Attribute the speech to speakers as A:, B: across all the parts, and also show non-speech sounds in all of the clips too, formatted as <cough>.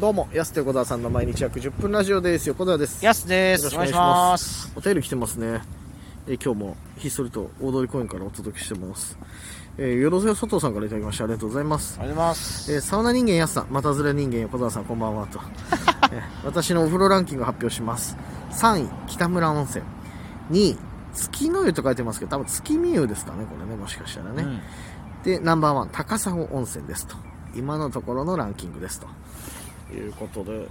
A: どうも、やすと横澤さんの毎日約10分ラジオです。横澤です。
B: やすです。
A: よろしくお願いしまお便り来てますね。えー今日もひっそりと大通公園からお届けしてます。えー、よろせよ佐藤さんからいただきましてありがとうございます。
B: おはようございます。
A: えーサウナ人間やすさん、またずれ人間横澤さんこんばんは
B: <laughs>
A: と、えー私のお風呂ランキング発表します。3位、北村温泉。2位、月の湯と書いてますけど、多分月見湯ですかね、これね、もしかしたらね。
B: うん
A: で、ナンバーワン、高砂温泉ですと。今のところのランキングですと。いうことで、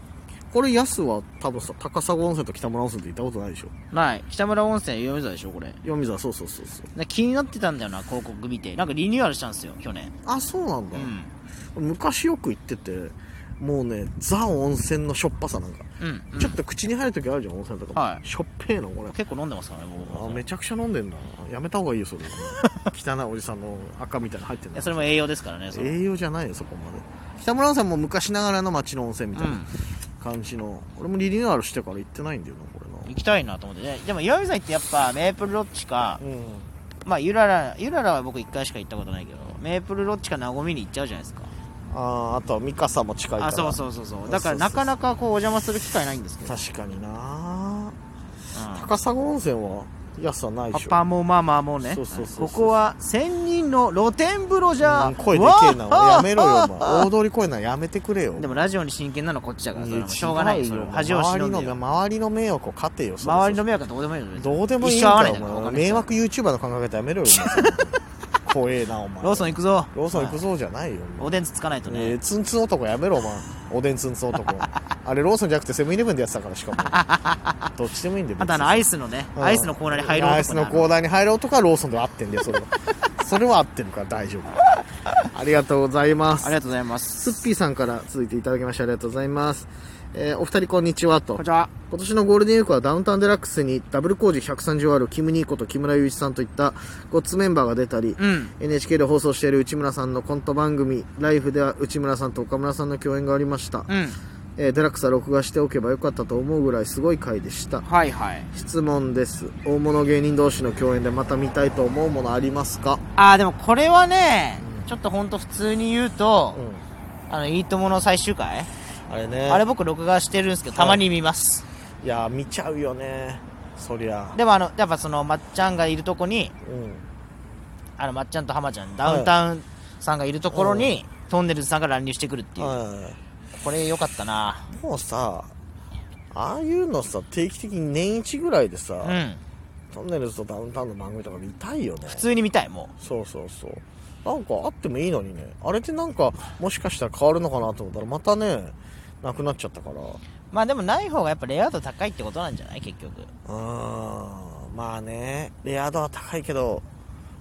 A: これ、安は多分さ、高砂温泉と北村温泉って行ったことないでしょ。
B: ない。北村温泉、読み座でしょ、これ。
A: 読み沢、そうそうそうそう。
B: で気になってたんだよな、広告見て。なんかリニューアルしたんですよ、去年。
A: あ、そうなんだ
B: う。ん。
A: 昔よく行ってて、もうね、ザ温泉のしょっぱさなんか、
B: うん。うん
A: ちょっと口に入るときあるじゃん、温泉とかも。
B: はい
A: しょっぺーの、これ。
B: 結構飲んでますからね、
A: あ
B: 僕。
A: め
B: い
A: ちゃくちゃ飲んでんな。やめた方がいい
B: <laughs>
A: よ、それ。汚いおじさんの赤みたいなの入ってん
B: や
A: だ
B: そ。れも栄養ですからね、その
A: 栄養じゃないよ、そこまで。北村温泉も昔ながらの町の温泉み
B: う
A: たいな。
B: ん。
A: 感じの俺もリニューアルしてから行ってないんだよなこれ
B: 行
A: な
B: きたいなと思って。ででも、岩見沢ってやっぱ、メープルロッチか、
A: うん
B: まあ、ゆらら、ゆららは僕一回しか行ったことないけど、メープルロッチかなごみに行っちゃうじゃないですか。
A: あーあとは三笠も近いから
B: あ、そうそううそうそ。
A: そうう
B: だから、
A: そう
B: な
A: そう
B: かなかこう、お邪魔する機会ないんですけど。
A: 確かにな
B: うん
A: 高砂温泉は安さないで
B: パ
A: しょ
B: パもママもね
A: そうそうそうそう
B: ここは仙人の露天風呂じゃ、
A: うん声でけえな
B: わあ
A: やめろよお前大通り声なやめてくれよ
B: でもラジオに真剣なのこっちだからそれはもう
A: や
B: しょうがない
A: 違
B: よそれは
A: よ
B: 恥を
A: 周
B: 忍
A: り
B: んで
A: の
B: よ
A: 周りの迷惑を勝てよそれ
B: 周りの迷惑はどうでもいいの
A: どうでもいい
B: 一
A: ん
B: 生合わ
A: だ
B: ない
A: よ
B: だろ
A: お
B: わ
A: 前
B: かんない
A: 迷惑 YouTuber の考え方やめろよお前怖えなお前
B: ローソン行くぞ
A: ローソン行く
B: ぞ
A: ぞじゃないよお前
B: おでんつつかないと
A: えー
B: ね
A: ツンツン男やめろお前おでんツンツン
B: <laughs>
A: 男あれローソンじゃなくてセブンイレブンでやってたからしかもどっちでもいいんだよ
B: あとあのアイスのねアイスのコーナーに入ろう
A: とかア
B: とかね
A: イスのコーナーに入ろうとかローソンでは合ってんだよそれ
B: <laughs>
A: はそれは合ってるから大丈夫ありがとうございま
B: あ
A: す
B: りがとうございます
A: すっぴーさんから続いていただきましてありがとうございます、えーお二人こんにちはと
B: こんにちは
A: 今年のゴールデンウィークはダウンタウンデラックスにダブル工事130あるキム・ニーコと木村祐一さんといったゴッツメンバーが出たり、
B: うん
A: NHK で放送している内村さんのコント番組「ライフでは内村さんと岡村さんの共演がありました、
B: うん
A: えーデラックスは録画しておけばよかったと思うぐらいすごい回でした
B: はいはい
A: 質問です大物芸人同士の共演でまた見たいと思うものありますか、
B: ああでもこれはねちょっとほんと普通に言うと、
A: う
B: あの「いいとも!」の最終回、
A: ん、あれね
B: あれ僕録画してるんですけどたまに見ます、
A: いや見ちゃうよねそりゃ
B: でもあのやっぱそのまっちゃんがいるとこに
A: うん
B: あのまっちゃんと浜ちゃんダウンタウンさんがいるところに、
A: は
B: トンネルズさんが乱入してくるっていう、
A: は
B: これ良かったない
A: もうさああいうのさ定期的に年一ぐらいでさ、
B: うん
A: トンネルズとダウンタウンの番組とか見たいよね
B: 普通に見たいも
A: そうそうそうなんかあってもいいのにねあれってなんかもしかしたら変わるのかなと思ったらまたねなくなっちゃったから
B: うまあでもない方がやっぱレイアウト高いってことなんじゃない結局
A: うーんまあねレア度は高いけど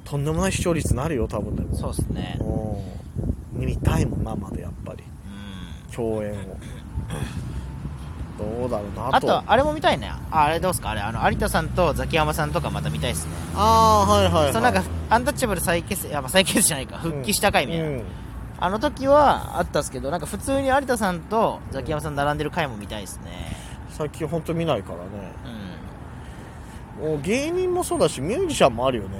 A: とんでもない視聴率になるよ多分でも
B: そうっすね
A: うん見たいもん生でやっぱり
B: うん
A: 共演をどうだろうな
B: あとあれも見たいねああれどうっすかあれあの有田さんとザキヤマさんとかまた見たいっすね
A: ああはいはい、はい、
B: そのなんかアンタッチャブル再結成やっぱ再結成じゃないか復帰した回みたいな、
A: うんうん
B: あの時はあったっすけどなんか普通に有田さんとザキヤマさん並んでる回も見たいっすね
A: 最近本当見ないからね
B: うん
A: もう芸人もそうだしミュージシャンもあるよね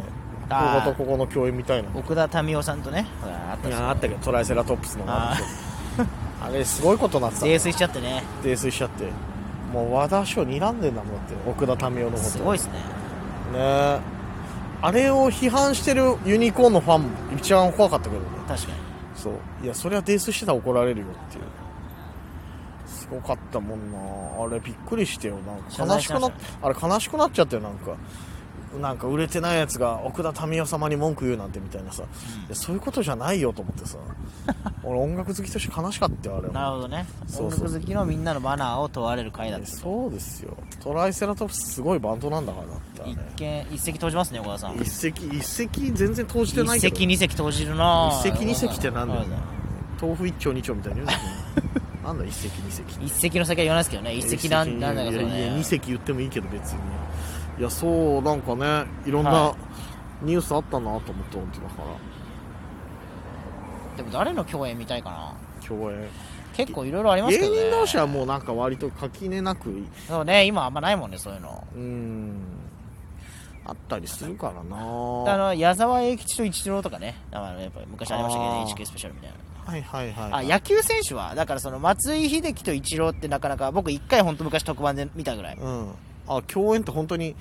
A: こ
B: あー
A: ことここの共演みたいな
B: 奥田民生さんとねほらあったっ
A: い
B: す
A: やあったけどトライセラトップスの
B: あ
A: ああれすごいことになってた
B: 泥酔しちゃってね
A: 泥酔しちゃってもう和田賞睨んでんだもんだって奥田民生のこと
B: すごいっすね
A: ねえあれを批判してるユニコーンのファンも一番怖かったけどね
B: 確かに
A: そういやそれは泥酔してたら怒られるよっていうすごかったもんなあれびっくりしてよなん
B: 謝
A: か悲
B: 罪
A: し
B: し
A: く
B: ま
A: な
B: し
A: った
B: ね
A: あれ悲しくなっちゃったよなんかなんか売れてないやつが奥田民生様に文句言うなんてみたいなさ、いやそういうことじゃないよと思って <laughs> さ俺音楽好きとして悲しかったよあれは
B: なるほどね
A: そう
B: 音
A: そう
B: 楽好きのみんなのマナーを問われる回だっ
A: え
B: た
A: そうですよトライセラトプスすごいバンドなんだからだってあれ
B: 一見一石投じますね小川さん
A: 一石一石全然投じて
B: 一
A: ないけど
B: 石二石投じるな
A: 一石二石ってなんだよ
B: 小川さ
A: 豆腐一丁二丁みたいに言うんだ <laughs> けどなんだ一石二石って
B: ん一石の先は言わないですけどね一石なんなんだか
A: い
B: そ
A: や
B: れ
A: いや
B: ね
A: 二石言ってもいいけど別にいやそうなんかねいろんな
B: は
A: ニュースあったなと思って本当だから
B: でも誰の共演見たいかな
A: 共演
B: 結構いろいろありますけ
A: 芸
B: どね
A: 人同士はもうなんか割と垣根なくう
B: そうね今あんまないもんねそういうの
A: ーんあったりするからな
B: あの矢沢永吉と一郎とかねだからやっぱ昔ありましたけど
A: あー
B: ね HK スペシャルみたいな
A: はいはいはい、
B: あ野球選手はだからその松井秀喜とイチローってなかなか僕一回本当昔特番で見たぐらい
A: うん。あ、共演って本当に、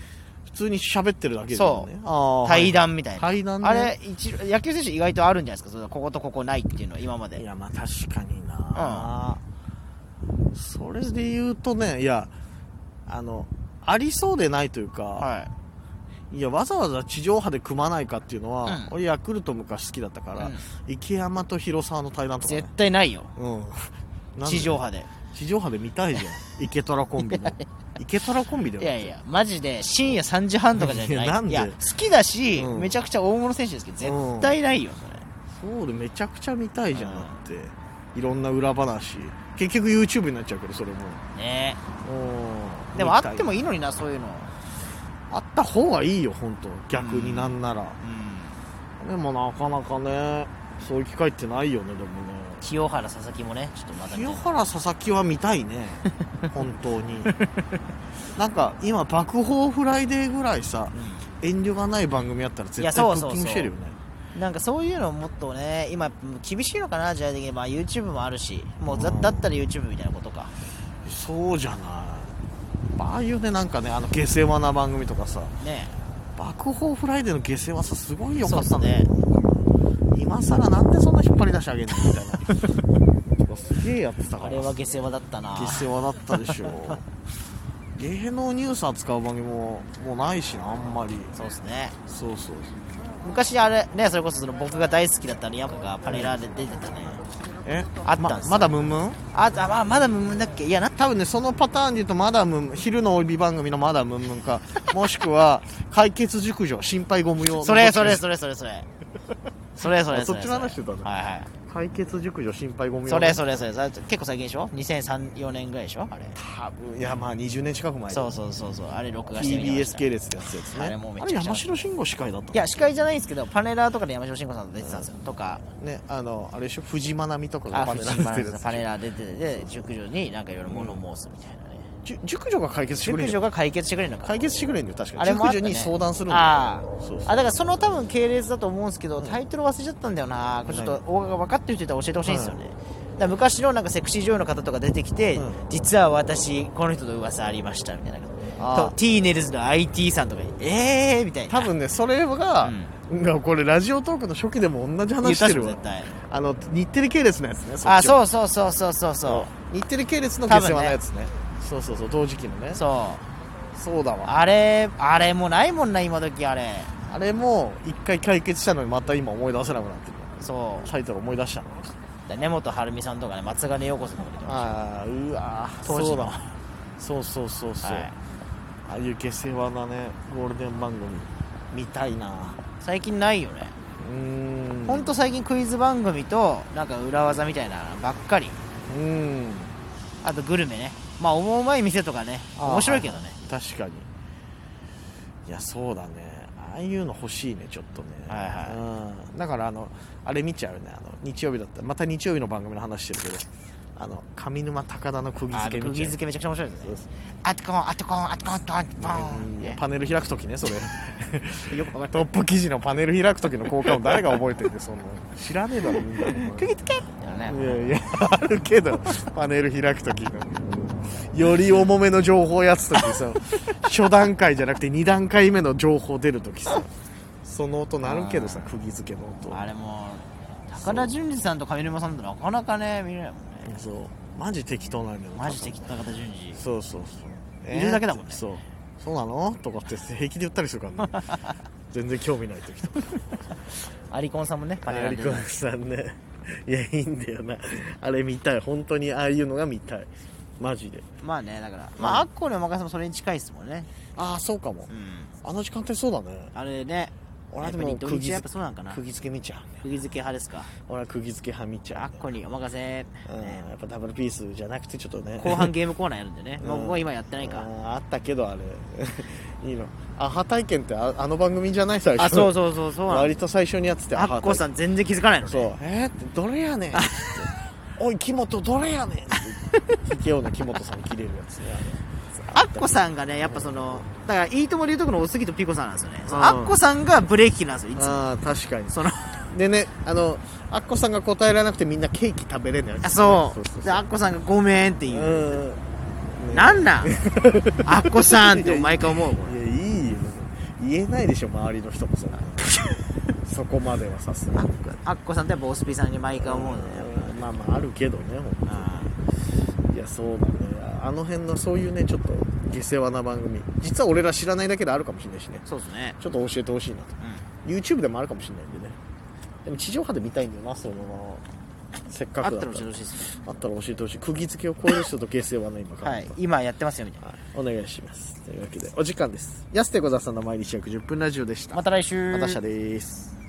A: 普通に喋ってるだけだよね。
B: そう
A: あー
B: 対。談みたいな、
A: 対談ね。
B: あれイチロー野球選手意外とあるんじゃないですかそのこことここないっていうのは今ま
A: い
B: で
A: や、まあ確かにな、それで言うとね、いや、あの、ありそうでないというか、
B: はい
A: い、や、わざわざ地上波で組まないかっていうのは、
B: うん
A: 俺ヤクルト昔好きだったから、
B: うん
A: 池山と広沢の対談とか、ね
B: 絶。対ないよ
A: うん。なんで
B: 地上波で
A: 地上波で見たいじゃ
B: <laughs>
A: ん。池虎コンビの。池虎コンビだよ。
B: いやいやマジで深夜3時半とかじゃない
A: いやなんで
B: いや好きだし、
A: うん
B: めちゃくちゃ大物選手ですけど絶対ないよそれ
A: そうでめちゃくちゃ見たいじゃん
B: うん
A: だって、いろんな裏話結局 YouTube になっちゃうけどそれも
B: ね
A: うん
B: でもあっても
A: 見
B: いいのになそういうの
A: たいあった方がいいよ本当逆になんなら、
B: うん
A: でもなかなかねそういう機会ってないよねでもね
B: 清原佐々木もねちょっとまた
A: 清原佐々木は見たい <laughs> ね本当になんか今爆砲フライデーぐらいさ遠慮がない番組あったら絶
B: いや
A: 対
B: そ
A: ブ
B: うそうそう
A: ッキングしてるよね
B: うんなんかそういうのもっとね今厳しいのかな時代的に、まあ、YouTube もあるしもうだ
A: うん
B: だったら YouTube みたいなことか
A: そうじゃないああいうねなんかねあの下世話な番組とかさ
B: ね
A: 爆砲フライデーの下世話さすごい良かった
B: そうっ
A: ね
B: すね
A: 今さらなんでそんな引っ張り出してあげんのみたいな <laughs> すげえやってたから
B: あれは下世話だったな
A: 下世話だったでしょ芸能ニュース扱う番組ももうないしなあんまり
B: そうですね
A: そうそう
B: 昔あれねそれこそその僕が大好きだったの山がパネラーで出てたね
A: え
B: あったんすよ
A: ままだムンムン
B: ああまあまだムンムンだっけいやな
A: 多分ねそのパターンで言うとまだムンムン昼の帯番組のまだムンムンかもしくは解決熟女心配ご無用
B: それそれ
A: れ
B: それそれそれそれそれ
A: あそっちの話してたね
B: はいはい
A: 解決熟女心配ご無用
B: それそれそれそれ結構最近でしょ2004年ぐらいでしょあれ
A: 多分いやまあ20年近く前
B: そうそうそうそうあれ録画してみまし
A: TBS
B: た
A: 系列ってやつですね
B: あれもうめちゃ
A: あ
B: くち
A: れ
B: ゃ
A: 山城慎吾司会だったの
B: いや司会じゃないんですけどパネラーとかで山城慎吾さんと出てたんですよ、とか
A: ねあのあれでしょ藤真奈美とかが
B: あ
A: パネ
B: 藤
A: ラ
B: 島
A: ー
B: さ
A: 出
B: ん
A: てるや
B: とか
A: つ
B: パネラー出てて熟女になんかいろいろ物申すみたいなね、
A: じゅ熟女が解決してくれる
B: 熟女
A: よ
B: が解決してくれるのか
A: 解決してくれるんだよ確かに
B: あれもあった、ね、
A: 熟女に相談するんだよ
B: あー
A: そうそう
B: あだからその多分系列だと思うんですけどタイトル忘れちゃったんだよなこれちょっと大が分かってる人いたら教えてほしいんですよね、だから昔のなんかセクシー女優の方とか出てきて、
A: うん
B: 実は私この人と噂ありましたみたいな
A: あー
B: とティーネルズの IT さんとかにえーみたいな
A: 多分ねそれが、がこれラジオトークの初期でも同じ
B: 言っ
A: 話した
B: ってし
A: る
B: ょ
A: わ
B: 絶対
A: あの日テレ系列のやつねそっちは
B: あそうそうそうそうそうそ
A: 日テレ系列の下世話のやつねそうそうそう同時期のね
B: うそう
A: そうだわ
B: あれ、あれもないもんな、今時あれ。
A: あれも一回解決したのにまた今思い出せなくなってる
B: そう。
A: タイトル思い出したの
B: だ根本晴美さんとかね、松金陽子さんとか出てまし
A: ああうわー
B: 当時の
A: そうだわそうそうそう
B: た
A: そう、
B: はい
A: ああいう下世話なねゴールデン番組見たいな
B: 最近ないよね。
A: うーん
B: ほんと最近クイズ番組と、なんか裏技みたいなのばっかり。
A: うーん
B: あとグルメね。まあ、思うまい店とかね。
A: あー
B: 面白いけど
A: は
B: ね。
A: は確かにいやそうだねああいうの欲しいねちょっとね
B: はいは
A: うん、だからあのあれ見ちゃうねあの日曜日だったらまた日曜日の番組の話してるけどあの上沼高田の釘
B: あ
A: 付
B: ー、
A: け見
B: 釘
A: ちゃう
B: 付けめちゃくちゃ面白いです
A: そう
B: ね
A: そ。
B: あとこん、あとこん、あとこん、あとこん、あとこん。
A: うん
B: ね
A: パネル開くときね
B: <laughs>
A: それトップ記事のパネル開くときの効果音誰が覚えてるんでそんな知らねえだろみんな
B: <laughs> 釘付けだよね
A: いやいや、あるけど、パネル開くときの。より重めの情報やつときさ、初段階じゃなくて2段階目の情報出るときさ、その音鳴るけどさ、釘付けの音。
B: あれも、高田純次さんと上沼さんってなかなかね、見れないもんね。
A: そう。マジ適当なんだよ。
B: マジで高田純次。
A: そうそうそう。えー
B: いるだけだもんね
A: そう。そうなのとかって平気で言ったりするからね。全然興味ないときとか。
B: アリコンさんもね、パネ
A: ア
B: ラー
A: リ
B: で
A: コンさんね。いや、いいんだよな。あれ見たい。本当にああいうのが見たい。マジで。
B: まあね、だから、まあ、アッコのお任せもそれに近いですもんね。
A: ああ、そうかも。
B: うん。
A: あの時間ってそうだね。
B: あれね、
A: 俺
B: や
A: は
B: っ
A: で
B: ぱ
A: も
B: り土日
A: 釘
B: はや
A: 付
B: っぱそうなんかな。
A: 釘付け見ちゃうね
B: 釘付け派ですか。
A: 俺は釘付け派見ち
B: ア
A: ゃ
B: ッコにお任せ。
A: う、ねうん、やっぱダブルピースじゃなくてちょっとね
B: 後半ゲームコーナーやるんでね。
A: <laughs> うん
B: まあ僕は今やってないか。
A: あーあったけどあれ <laughs> いいのアハ体験ってああの番組じゃない最初
B: あ、そうそうそう、そうなん
A: 割と最初にやってて
B: アッコさ
A: ん
B: ん全然気づかないの
A: そう
B: ね。
A: えー、ってどれやねんっ
B: <laughs>
A: ておい木本どれやねんって TKO の木本さん切れるやつ
B: <laughs>
A: ね
B: アッコさんがね、やっぱその、だから、いいともで言うとこのおすぎとピコさんなんですよね。その
A: うん
B: アッコさんがブレーキなんですよ、いつも。
A: ああー確かに
B: その、
A: でねあのアッコさんが答えられなくてみんなケーキ食べれない
B: あそう
A: そうそう
B: でアッコさんが「ごめん」って言う、
A: うん
B: な
A: <laughs>
B: んなんアッコさんって毎回思うこ
A: いやいいよ言えないでしょ周りの人もそんなそこまではさす
B: れ
A: がに
B: アッコさんってやっぱオスピーさんに毎回思うのよ、
A: うんまあまああるけどねほんといやそうなんだよあの辺のそういうねちょっと下世話な番組実は俺ら知らないだけであるかもしれないしね
B: そうですね
A: ちょっと教えてほしいなと YouTube でもあるかもしれないんでねでも地上波で見たいんだよなそういうのなせっか
B: あ
A: く
B: っ
A: だ
B: た
A: ったら
B: ら教えてほしいですね
A: あったら教えてほしい釘付けを超える人と下世話の今考えた
B: はい今やってますよみたいな
A: はい、お願いしますというわけでお時間です安手小沢さんの毎日約10分ラジオでした
B: また来週
A: また明日です